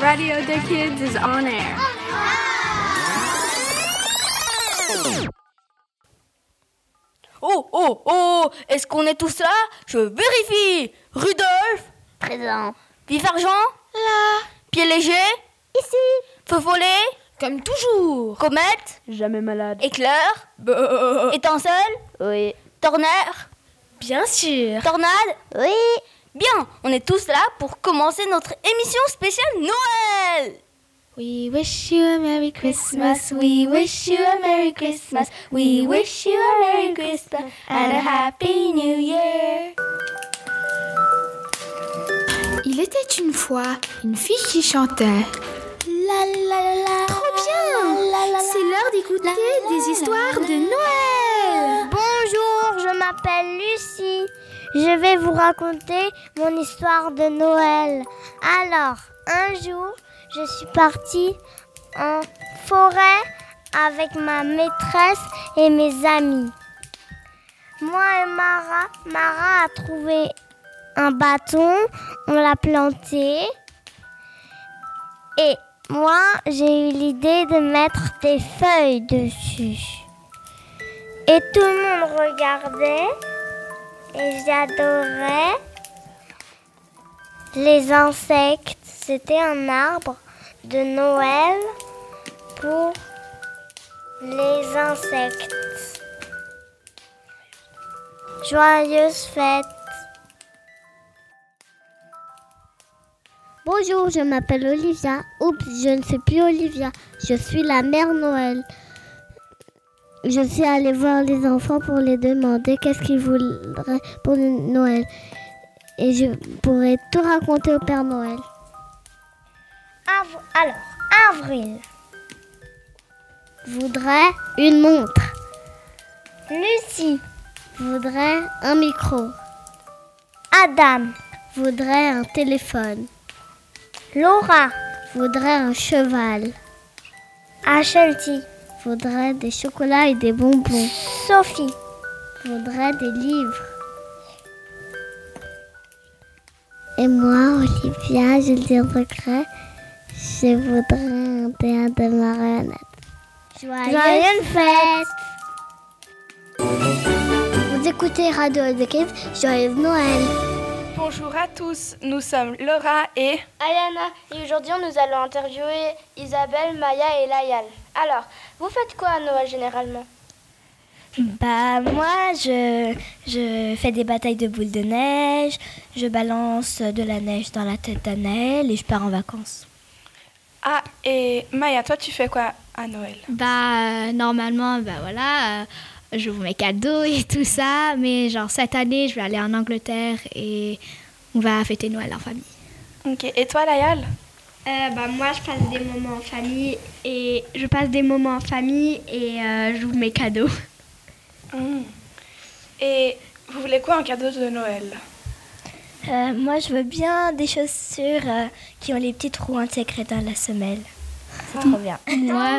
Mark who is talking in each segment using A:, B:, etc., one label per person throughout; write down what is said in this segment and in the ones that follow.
A: Radio the Kids is on air.
B: Oh, oh, oh Est-ce qu'on est tous là Je vérifie Rudolph
C: Présent.
B: Vif Argent Là Pied léger
C: Ici.
B: Feu follet
D: Comme toujours.
B: Comète
E: Jamais malade.
B: Éclair
F: Euh,
B: Étincelle
C: Oui.
B: Tonnerre
D: Bien sûr.
B: Tornade
C: Oui.
B: Bien, on est tous là pour commencer notre émission spéciale Noël
F: We wish you a Merry Christmas. We wish you a Merry Christmas. We wish you a Merry Christmas and a Happy New Year.
G: Il était une fois une fille qui chantait.
F: La la la la.
G: Trop bien C'est l'heure d'écouter des histoires de Noël
C: Bonjour, je m'appelle Lucie. Je vais vous raconter mon histoire de Noël. Alors, un jour, je suis partie en forêt avec ma maîtresse et mes amis. Moi et Mara, Mara a trouvé un bâton, on l'a planté. Et moi, j'ai eu l'idée de mettre des feuilles dessus. Et tout le monde regardait. Et j'adorais les insectes. C'était un arbre de Noël pour les insectes. Joyeuse fête.
H: Bonjour, je m'appelle Olivia. Oups, je ne suis plus Olivia. Je suis la mère Noël. Je suis allée voir les enfants pour les demander qu'est-ce qu'ils voudraient pour Noël. Et je pourrais tout raconter au Père Noël.
C: Av- Alors, avril.
H: Voudrais une montre.
C: Lucie,
H: Voudrais un micro.
C: Adam,
H: Voudrais un téléphone.
C: Laura,
H: Voudrais un cheval.
C: Ashanti,
H: Voudrais des chocolats et des bonbons.
C: Sophie,
H: voudrais des livres. Et moi, Olivia, j'ai des regrets. Je voudrais un théâtre de marionnettes.
C: Joyeuse fête.
H: Vous écoutez Radio The Kids, joyeux Noël.
A: Bonjour à tous, nous sommes Laura et
F: Ayana, et aujourd'hui nous allons interviewer Isabelle, Maya et Layal. Alors, vous faites quoi à Noël généralement
I: Bah moi je, je fais des batailles de boules de neige, je balance de la neige dans la tête à Naël et je pars en vacances.
A: Ah et Maya, toi tu fais quoi à Noël
J: Bah euh, normalement, bah voilà, euh, je vous mets cadeaux et tout ça, mais genre cette année, je vais aller en Angleterre et on va fêter Noël en famille.
A: Ok, et toi Layal
K: bah, moi, je passe des moments en famille et je passe des moments en famille et euh, j'ouvre mes cadeaux.
A: Hmm. Et vous voulez quoi en cadeau de Noël
I: Euh, moi je veux bien des chaussures euh, qui ont les petits trous intégrés dans la semelle. C'est trop bien.
J: Moi,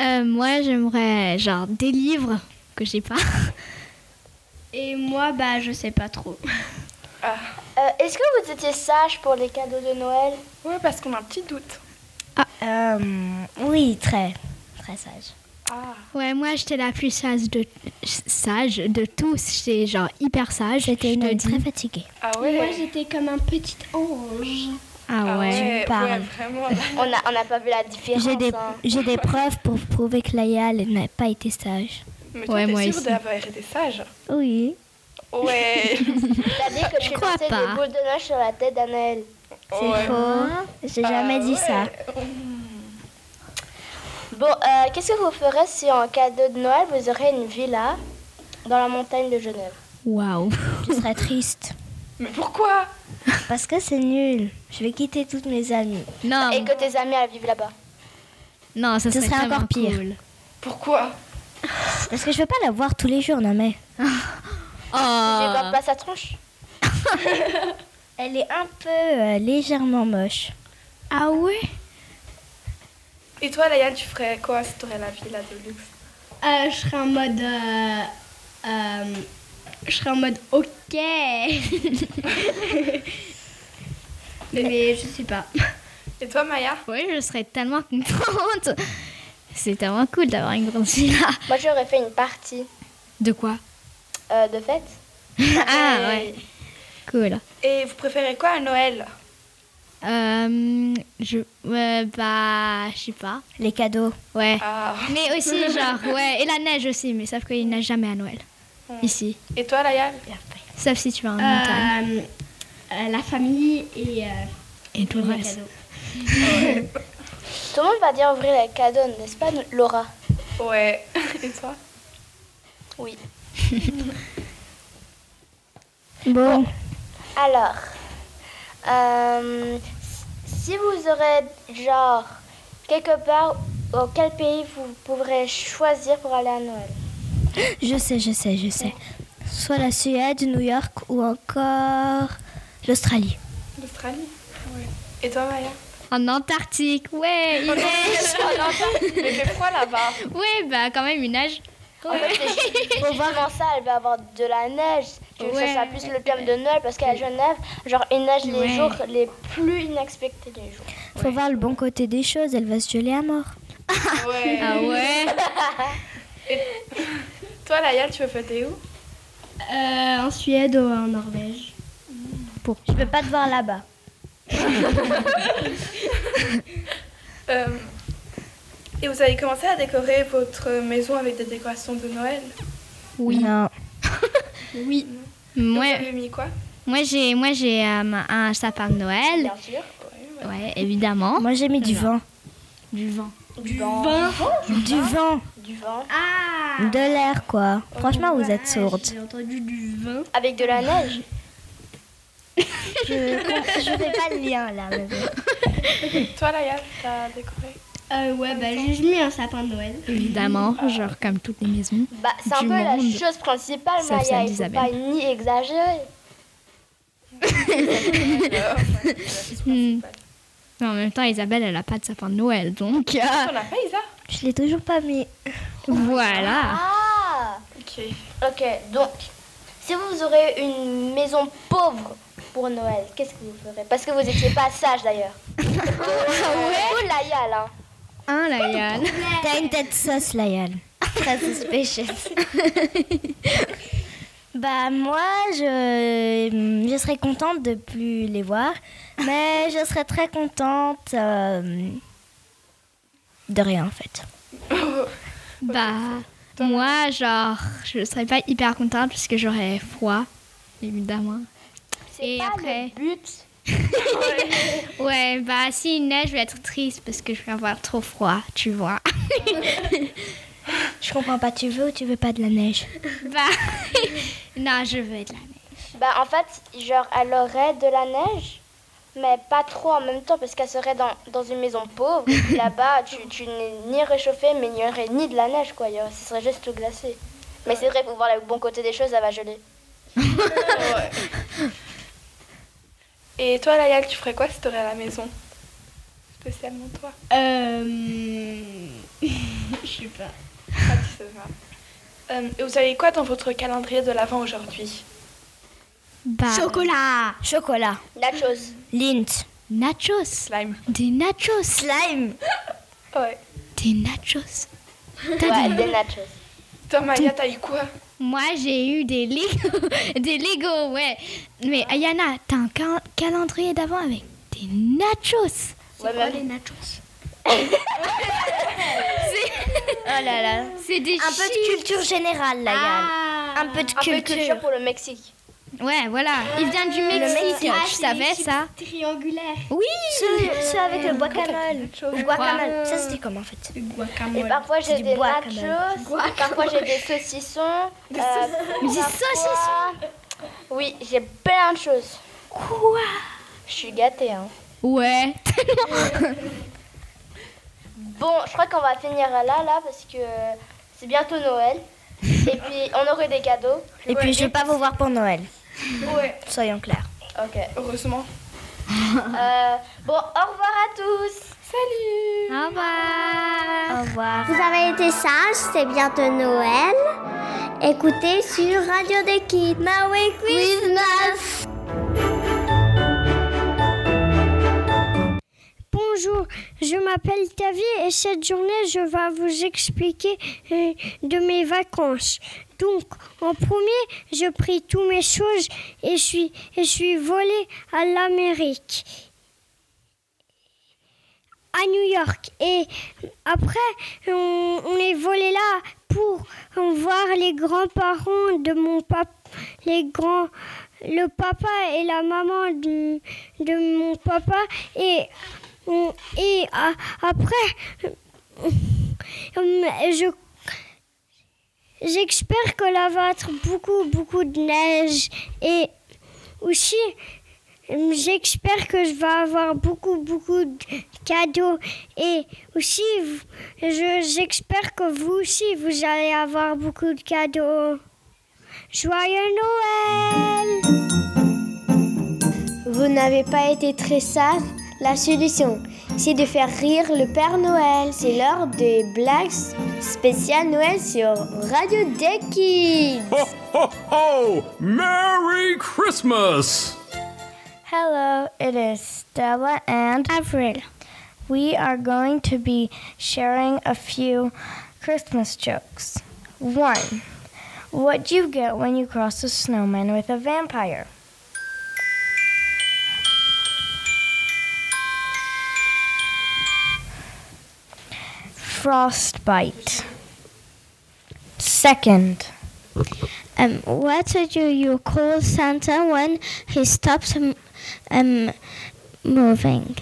J: euh, moi j'aimerais genre des livres que j'ai pas.
K: Et moi, bah, je sais pas trop.
F: Euh, Est-ce que vous étiez sage pour les cadeaux de Noël
A: Ouais parce qu'on a un petit doute.
I: Ah, Euh, oui, très, très sage.
A: Ah.
J: Ouais, moi j'étais la plus sage de, sage de tous, j'étais genre hyper sage.
I: J'étais
J: je
I: une
J: te
I: homme
J: dis.
I: très fatiguée.
A: Ah ouais.
K: Moi, j'étais comme un petit ange.
J: Ah ouais.
A: ouais,
I: parles.
A: ouais, vraiment.
F: On n'a on n'a pas vu la différence.
I: J'ai des,
F: hein.
I: j'ai des preuves pour prouver que Layal n'a pas été sage.
A: Mais toi
J: Ouais,
A: t'es
J: moi
A: sûre
J: aussi.
A: d'avoir été sage
I: Oui.
A: Ouais.
F: T'as dit que tu
J: crois
F: lançais
J: pas.
F: des boules de neige sur la tête à Noël.
I: C'est
F: Euh,
A: Ouais.
I: faux. J'ai jamais dit ça.
F: Bon, euh, qu'est-ce que vous ferez si en cadeau de Noël vous aurez une villa dans la montagne de Genève
J: Waouh.
I: Je serais triste.
A: Mais pourquoi
I: Parce que c'est nul. Je vais quitter toutes mes amies.
J: Non,
F: Et que tes amis elles vivent là-bas.
J: non, ça
I: ce
J: serait,
I: serait encore
J: tellement
I: pire.
J: cool.
A: Pourquoi
I: Parce que je veux pas la voir tous les jours, non mais.
F: Je
J: Oh.
F: vois pas sa tronche.
I: Elle est un peu euh, légèrement moche.
J: Ah ouais.
A: Et toi Layal, tu ferais quoi si t'aurais la villa de luxe
K: Euh, je serais en mode. euh, euh, je serais en mode OK. Mais je sais pas.
A: Et toi, Maya
J: Oui, je serais tellement contente. C'est tellement cool d'avoir une grande villa.
L: Moi, j'aurais fait une partie
J: De quoi
L: euh, de fête.
J: Ah ouais. Cool.
A: Et vous préférez quoi à Noël
J: Euh, je, euh, bah, je sais pas.
B: Les cadeaux.
J: Ouais.
L: Ah.
A: Ah.
J: Mais aussi, genre, ouais. Et la neige aussi, mais sauf qu'il neige jamais à Noël.
L: Hmm.
J: Ici.
A: Et toi, Laïa
J: Sauf si tu vas en
K: Euh,
J: montagne.
K: euh, la famille et, euh,
J: Et tout le
K: les
J: reste.
K: cadeaux.
L: Tout le monde va dire ouvrir les cadeaux, n'est-ce pas, Laura
A: Ouais. Et toi
L: Oui.
B: Bon.
L: Alors, euh, si vous aurez genre quelque part, dans quel pays vous pourrez choisir pour aller à Noël
B: Je sais, je sais, je sais. Soit la Suède, New York ou encore l'Australie.
A: L'Australie Ouais. Et toi, Maya
J: En Antarctique, ouais, il
A: En
J: neige.
A: Antarctique, en Antarctique. Mais il fait froid là-bas.
J: Ouais, bah quand même, il neige.
L: En fait, c'est justement ça, elle va avoir de la neige. Je veux que
J: Ouais.
L: ça soit plus le thème de Noël parce qu'à Genève, genre, il neige les
B: Ouais.
L: jours les plus inexpectés des jours.
B: Faut voir le bon côté des choses, elle va se geler à mort.
A: Ouais.
J: Ah ouais
A: Et toi, Laïa, tu veux fêter où
K: Euh, en Suède ou en Norvège.
B: Je peux pas te voir là-bas.
A: Euh, Et vous avez commencé à décorer votre maison avec des décorations de Noël
J: Oui.
A: Oui. Vous
J: Moi,
A: avez mis quoi
J: moi j'ai, moi j'ai euh, un sapin de Noël.
L: Bien sûr.
J: Ouais, évidemment.
B: Moi j'ai mis du vent.
J: Du vent.
L: Du
K: vin.
B: Du vent.
L: Du vent.
B: De l'air quoi. Franchement, vous êtes sourde.
K: J'ai entendu du vin.
L: Avec de
J: Ah,
L: la neige
B: Je, je fais pas le lien là. mais bon.
A: Toi, Laïa, t'as décoré
K: Euh, ouais, bah j'ai juste mis
J: hein,
K: un sapin de Noël.
J: Évidemment, Ah, genre comme toutes les maisons.
L: Bah, c'est un
J: Du
L: peu la
J: monde.
L: chose principale,
J: Sauf
L: Maya.
J: celle
L: Il faut
J: d'Isabelle.
L: pas ni exagérer.
J: Hmm. Mais en même temps, Isabelle, elle a pas de sapin de Noël, donc. euh,
A: On a fait, Isa
B: Je l'ai toujours pas mis.
J: voilà.
L: Ah
A: Ok.
L: Ok, donc, si vous aurez une maison pauvre pour Noël, qu'est-ce que vous ferez Parce que vous n'étiez pas sage d'ailleurs. ouais Laïa, là.
J: Hein, Laïane
B: T'as une tête sauce, Layal. Très suspicious. bah, moi, euh, je, je serais contente de plus les voir, mais je serais très contente euh, de rien, en fait.
J: Bah, moi, genre, je serais pas hyper contente parce que j'aurais froid, évidemment.
L: C'est
J: Et
L: pas
J: après-
L: le but.
J: Ouais, bah, s'il neige, je vais être triste parce que je vais avoir trop froid, tu vois.
B: Je comprends pas, tu veux ou tu veux pas de la neige
J: bah, non, je veux être là.
L: Bah, en fait, genre, elle aurait de la neige, mais pas trop en même temps, parce qu'elle serait dans, dans une maison pauvre. Là-bas, tu, tu n'es ni réchauffé, mais il n'y aurait ni de la neige, quoi. Il y aurait- Ce serait juste tout glacé. Mais c'est vrai, pour voir le bon côté des choses, elle va geler.
A: Et toi, Laïa, tu ferais quoi si t'aurais à la maison Spécialement toi.
K: Euh. Je sais pas.
A: Ah, tu sais pas. Euh, et vous avez quoi dans votre calendrier de l'avant aujourd'hui
J: Bah,
K: Chocolat
B: Chocolat,
L: Nachos.
B: lint,
J: nachos.
A: Slime.
J: Des nachos.
B: slime.
A: Ouais.
J: Des nachos. T'as
L: Ouais,
J: des-
L: des nachos.
A: Toi, Maya, t'as eu quoi
J: Moi, j'ai eu des Lego. des Lego, ouais. Mais Ayana, t'as un cal- calendrier d'avant avec des nachos.
L: Ouais, mais-
K: nachos.
B: Oh là là.
J: C'est des
B: Un peu de culture générale, Layal. Un peu de
L: Un peu de
B: culture.
L: culture pour le Mexique.
J: Ouais, voilà. Il vient du Mexique.
B: Mexique.
J: Ah, je savais ça.
K: Triangulaire.
J: Oui.
B: Ceux, ceux avec le
L: Euh,
B: guacamole. Le guacamole. Ça, c'était comment en fait
L: Et
K: Guacamole.
L: parfois j'ai
B: du
L: des
B: bois,
L: nachos,
B: quand même.
L: parfois j'ai des saucissons. Des saucissons Oui, j'ai plein de choses. Quoi Je suis gâtée, hein.
J: Ouais.
L: Bon, je crois qu'on va finir là, là, parce que c'est bientôt Noël. Et puis, on aurait des cadeaux.
B: Et puis, je vais pas vous voir pour Noël.
A: Ouais.
B: Soyons clairs.
L: Ok.
A: Heureusement.
L: Euh, bon, au revoir à tous Salut
J: Au revoir.
B: Au revoir.
M: Vous avez été sages, c'est bientôt Noël. Écoutez sur Radio des Kids. Merry Christmas.
N: Bonjour, je m'appelle Tavi et cette journée, je vais vous expliquer euh, de mes vacances. Donc, en premier, je pris toutes mes choses et je suis, et je suis volé à l'Amérique, à New York. Et après, on, on est volé là pour voir les grands-parents de mon papa, les grands le papa et la maman de, de mon papa et, et a- après je j'espère que là va être beaucoup beaucoup de neige et aussi j'espère que je vais avoir beaucoup beaucoup de cadeaux et aussi je- j'espère que vous aussi vous allez avoir beaucoup de cadeaux Joyeux Noël
C: Vous n'avez pas été très sage. La solution, c'est de faire rire le Père Noël. C'est l'heure des blagues spéciales Noël sur Radio des Kids.
O: Ho, ho, ho! Merry Christmas!
F: Hello, it is Stella and Avril. We are going to be sharing a few Christmas jokes. One, what do you get when you cross a snowman with a vampire? Frostbite. Second,
H: Um, what do you call Santa when he stops um, um, moving?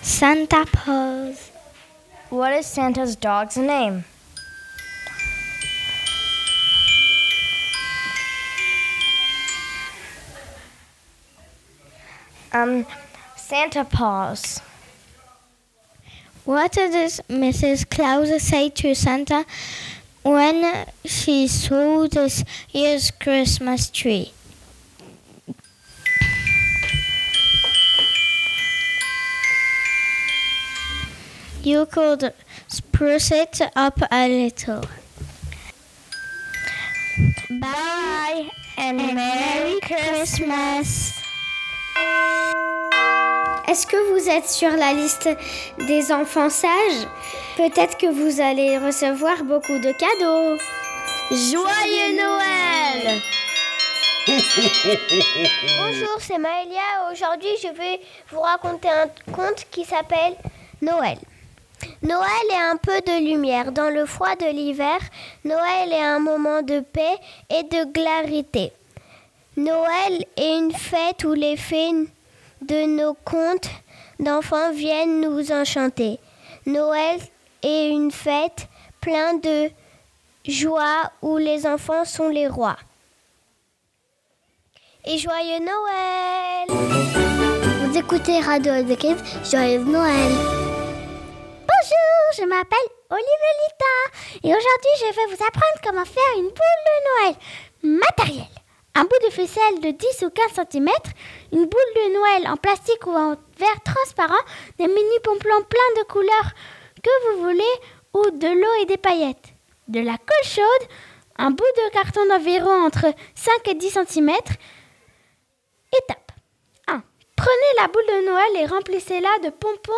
F: Santa pose. What is Santa's dog's name? Um, Santa Paws.
H: What does Mrs. Claus say to Santa when she saw this year's Christmas tree? You could spruce it up a little.
F: Bye and, Merry Christmas.
C: Est-ce que vous êtes sur la liste des enfants sages Peut-être que vous allez recevoir beaucoup de cadeaux. Joyeux Noël
M: Bonjour, c'est Maëlia. Aujourd'hui, je vais vous raconter un conte qui s'appelle Noël. Noël est un peu de lumière. Dans le froid de l'hiver, Noël est un moment de paix et de clarité. Noël est une fête où les fées de nos contes d'enfants viennent nous enchanter. Noël est une fête pleine de joie où les enfants sont les rois. Et joyeux Noël
H: Vous écoutez Radio The Kids, joyeux Noël
C: Bonjour, je m'appelle Olivelita et aujourd'hui je vais vous apprendre comment faire une boule de Noël matériel. Un bout de ficelle de 10 ou 15 cm, une boule de Noël en plastique ou en verre transparent, des mini pomplons plein de couleurs que vous voulez ou de l'eau et des paillettes. De la colle chaude, un bout de carton d'environ entre 5 et 10 cm. Étape 1. Prenez la boule de Noël et remplissez-la de pompons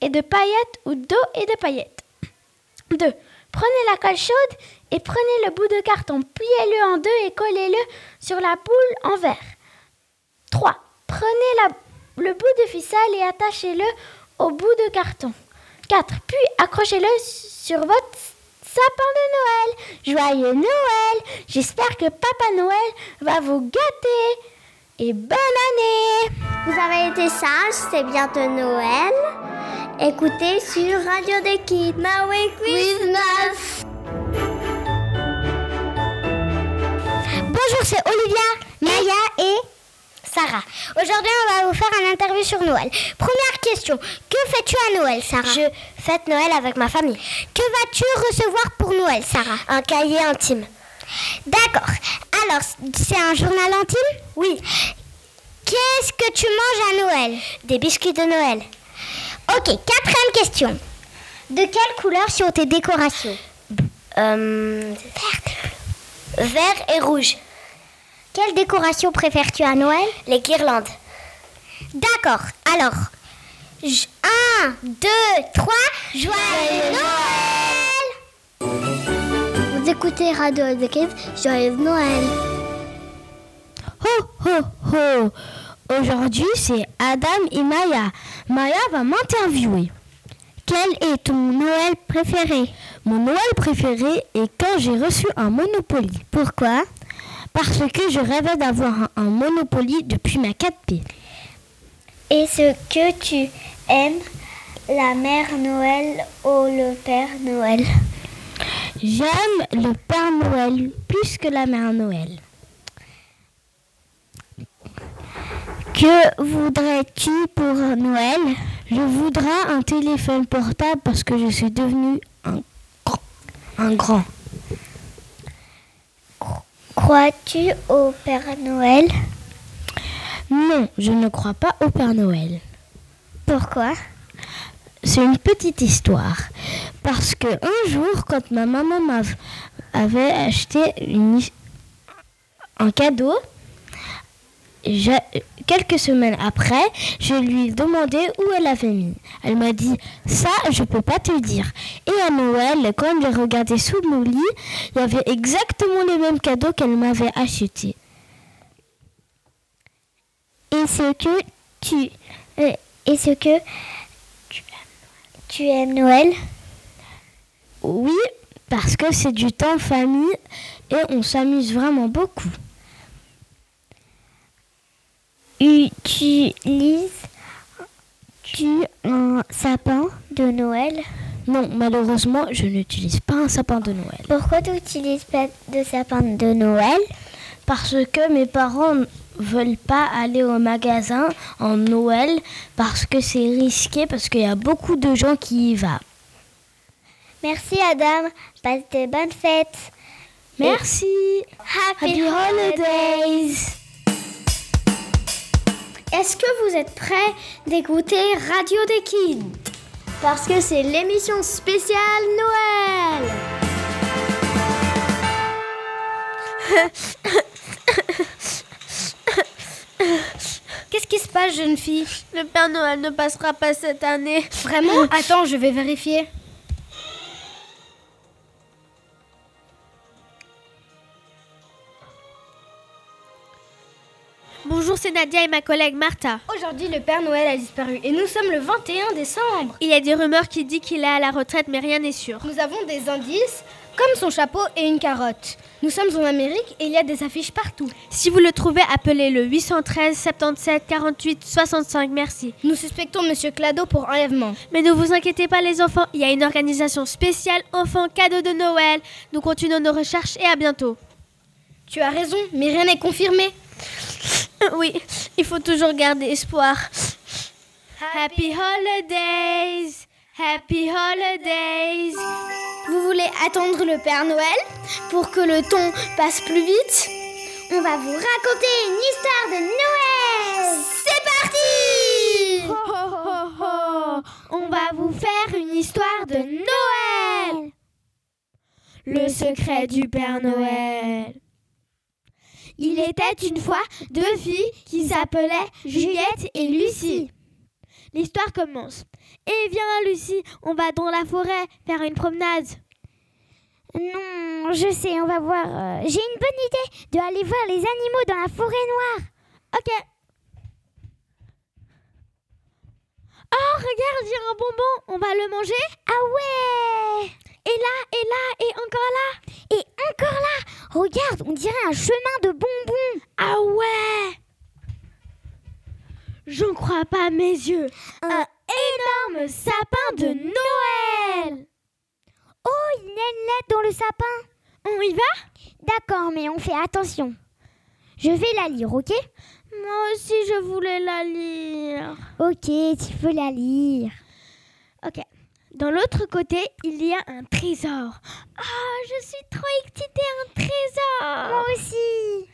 C: et de paillettes ou d'eau et de paillettes. 2. Prenez la colle chaude et prenez le bout de carton, pliez-le en deux et collez-le sur la boule en verre. 3. Prenez la- le bout de ficelle et attachez-le au bout de carton. 4. Puis accrochez-le sur votre sapin de Noël. Joyeux Noël J'espère que Papa Noël va vous gâter et bonne année
M: Vous avez été sages, c'est bientôt Noël. Écoutez sur Radio des Kids. Merry Christmas
C: Bonjour, c'est Olivia, Maya et Sarah. Aujourd'hui, on va vous faire un interview sur Noël. Première question, que fais-tu à Noël, Sarah Je fête Noël avec ma famille. Que vas-tu recevoir pour Noël, Sarah Un cahier intime. D'accord. Alors, c'est un journal intime Oui. Qu'est-ce que tu manges à Noël Des biscuits de Noël. Ok, quatrième question. De quelle couleur sont tes Euh, décorations Vert et rouge.
P: Quelle décoration préfères-tu à Noël
Q: Les guirlandes.
P: D'accord, alors. 1, 2, 3, joyeux
Q: Noël Vous écoutez Radio Educate, joyeux Noël
C: Ho ho ho Aujourd'hui, c'est Adam et Maya. Maya va m'interviewer.
P: Quel est ton Noël préféré
C: Mon Noël préféré est quand j'ai reçu un Monopoly.
P: Pourquoi
C: Parce que je rêvais d'avoir un, un Monopoly depuis ma 4P.
G: Est-ce que tu aimes la Mère Noël ou le Père Noël
C: J'aime le Père Noël plus que la Mère Noël.
P: Que voudrais-tu pour Noël
C: Je voudrais un téléphone portable parce que je suis devenue un grand. Un grand.
G: Crois-tu au Père Noël
C: Non, je ne crois pas au Père Noël.
G: Pourquoi
C: C'est une petite histoire. Parce que un jour, quand ma maman m'avait acheté une, un cadeau, je, quelques semaines après, je lui ai demandé où elle avait mis. Elle m'a dit Ça, je peux pas te dire. Et à Noël, quand j'ai regardé sous mon lit, il y avait exactement les mêmes cadeaux qu'elle m'avait achetés.
G: Est-ce que tu. Euh, Est-ce que. Tu aimes, tu aimes Noël
C: Oui, parce que c'est du temps famille et on s'amuse vraiment beaucoup
G: utilises-tu un sapin de Noël
C: Non, malheureusement, je n'utilise pas un sapin de Noël.
G: Pourquoi tu n'utilises pas de sapin de Noël
C: Parce que mes parents ne veulent pas aller au magasin en Noël parce que c'est risqué, parce qu'il y a beaucoup de gens qui y vont.
G: Merci Adam, passe de bonnes fêtes.
C: Merci.
G: Happy, Happy holidays.
R: Est-ce que vous êtes prêts d'écouter Radio des Kids Parce que c'est l'émission spéciale Noël
J: Qu'est-ce qui se passe, jeune fille
R: Le Père Noël ne passera pas cette année.
J: Vraiment Attends, je vais vérifier.
R: Bonjour, c'est Nadia et ma collègue Martha.
J: Aujourd'hui, le Père Noël a disparu et nous sommes le 21 décembre.
R: Il y a des rumeurs qui disent qu'il est à la retraite, mais rien n'est sûr.
J: Nous avons des indices, comme son chapeau et une carotte. Nous sommes en Amérique et il y a des affiches partout.
R: Si vous le trouvez, appelez le 813 77 48 65. Merci.
J: Nous suspectons Monsieur Clado pour enlèvement.
R: Mais ne vous inquiétez pas, les enfants. Il y a une organisation spéciale enfants cadeaux de Noël. Nous continuons nos recherches et à bientôt.
J: Tu as raison, mais rien n'est confirmé.
R: Oui, il faut toujours garder espoir. Happy Holidays! Happy Holidays! Vous voulez attendre le Père Noël pour que le ton passe plus vite?
G: On va vous raconter une histoire de Noël!
R: C'est parti! Oh, oh,
G: oh, On va vous faire une histoire de Noël!
R: Le secret du Père Noël.
G: Il était une fois deux filles qui s'appelaient Juliette et Lucie.
R: L'histoire commence. Eh viens Lucie, on va dans la forêt faire une promenade.
G: Non, je sais, on va voir. Euh, J'ai une bonne idée de aller voir les animaux dans la forêt noire.
R: Ok. Oh, regarde, il y a un bonbon, on va le manger
G: Ah ouais
R: Et là, et là, et encore là
G: et encore là Regarde, on dirait un chemin de bonbons
R: Ah ouais J'en crois pas à mes yeux
G: Un énorme sapin de Noël Oh, il y a une lettre dans le sapin
R: On y va
G: D'accord, mais on fait attention. Je vais la lire, ok
R: Moi aussi, je voulais la lire.
G: Ok, tu peux la lire.
R: Ok. Dans l'autre côté, il y a un trésor. Ah,
G: Oh, je suis trop excitée, un trésor
R: Moi
G: aussi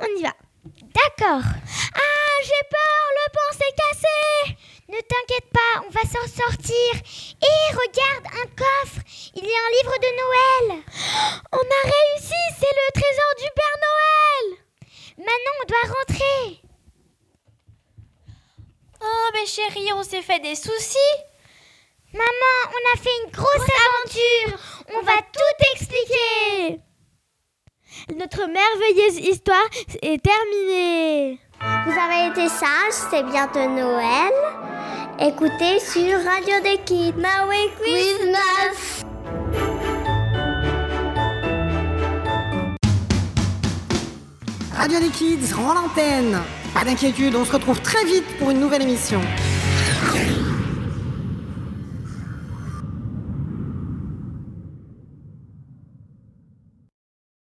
R: On y va.
G: D'accord. Ah, j'ai peur, le pont s'est cassé Ne t'inquiète pas, on va s'en sortir. Et regarde, un coffre Il y a un livre de Noël
R: On a réussi, c'est le trésor du Père Noël
G: Manon, on doit rentrer
C: Oh, mais chérie, on s'est fait des soucis.
G: Maman, on a fait une grosse aventure On va tout expliquer
C: Notre merveilleuse histoire est terminée.
S: Vous avez été sages, c'est bientôt Noël. Écoutez sur Radio des Kids. Merry Christmas!
T: Radio des Kids rend l'antenne. Pas d'inquiétude, on se retrouve très vite pour une nouvelle émission.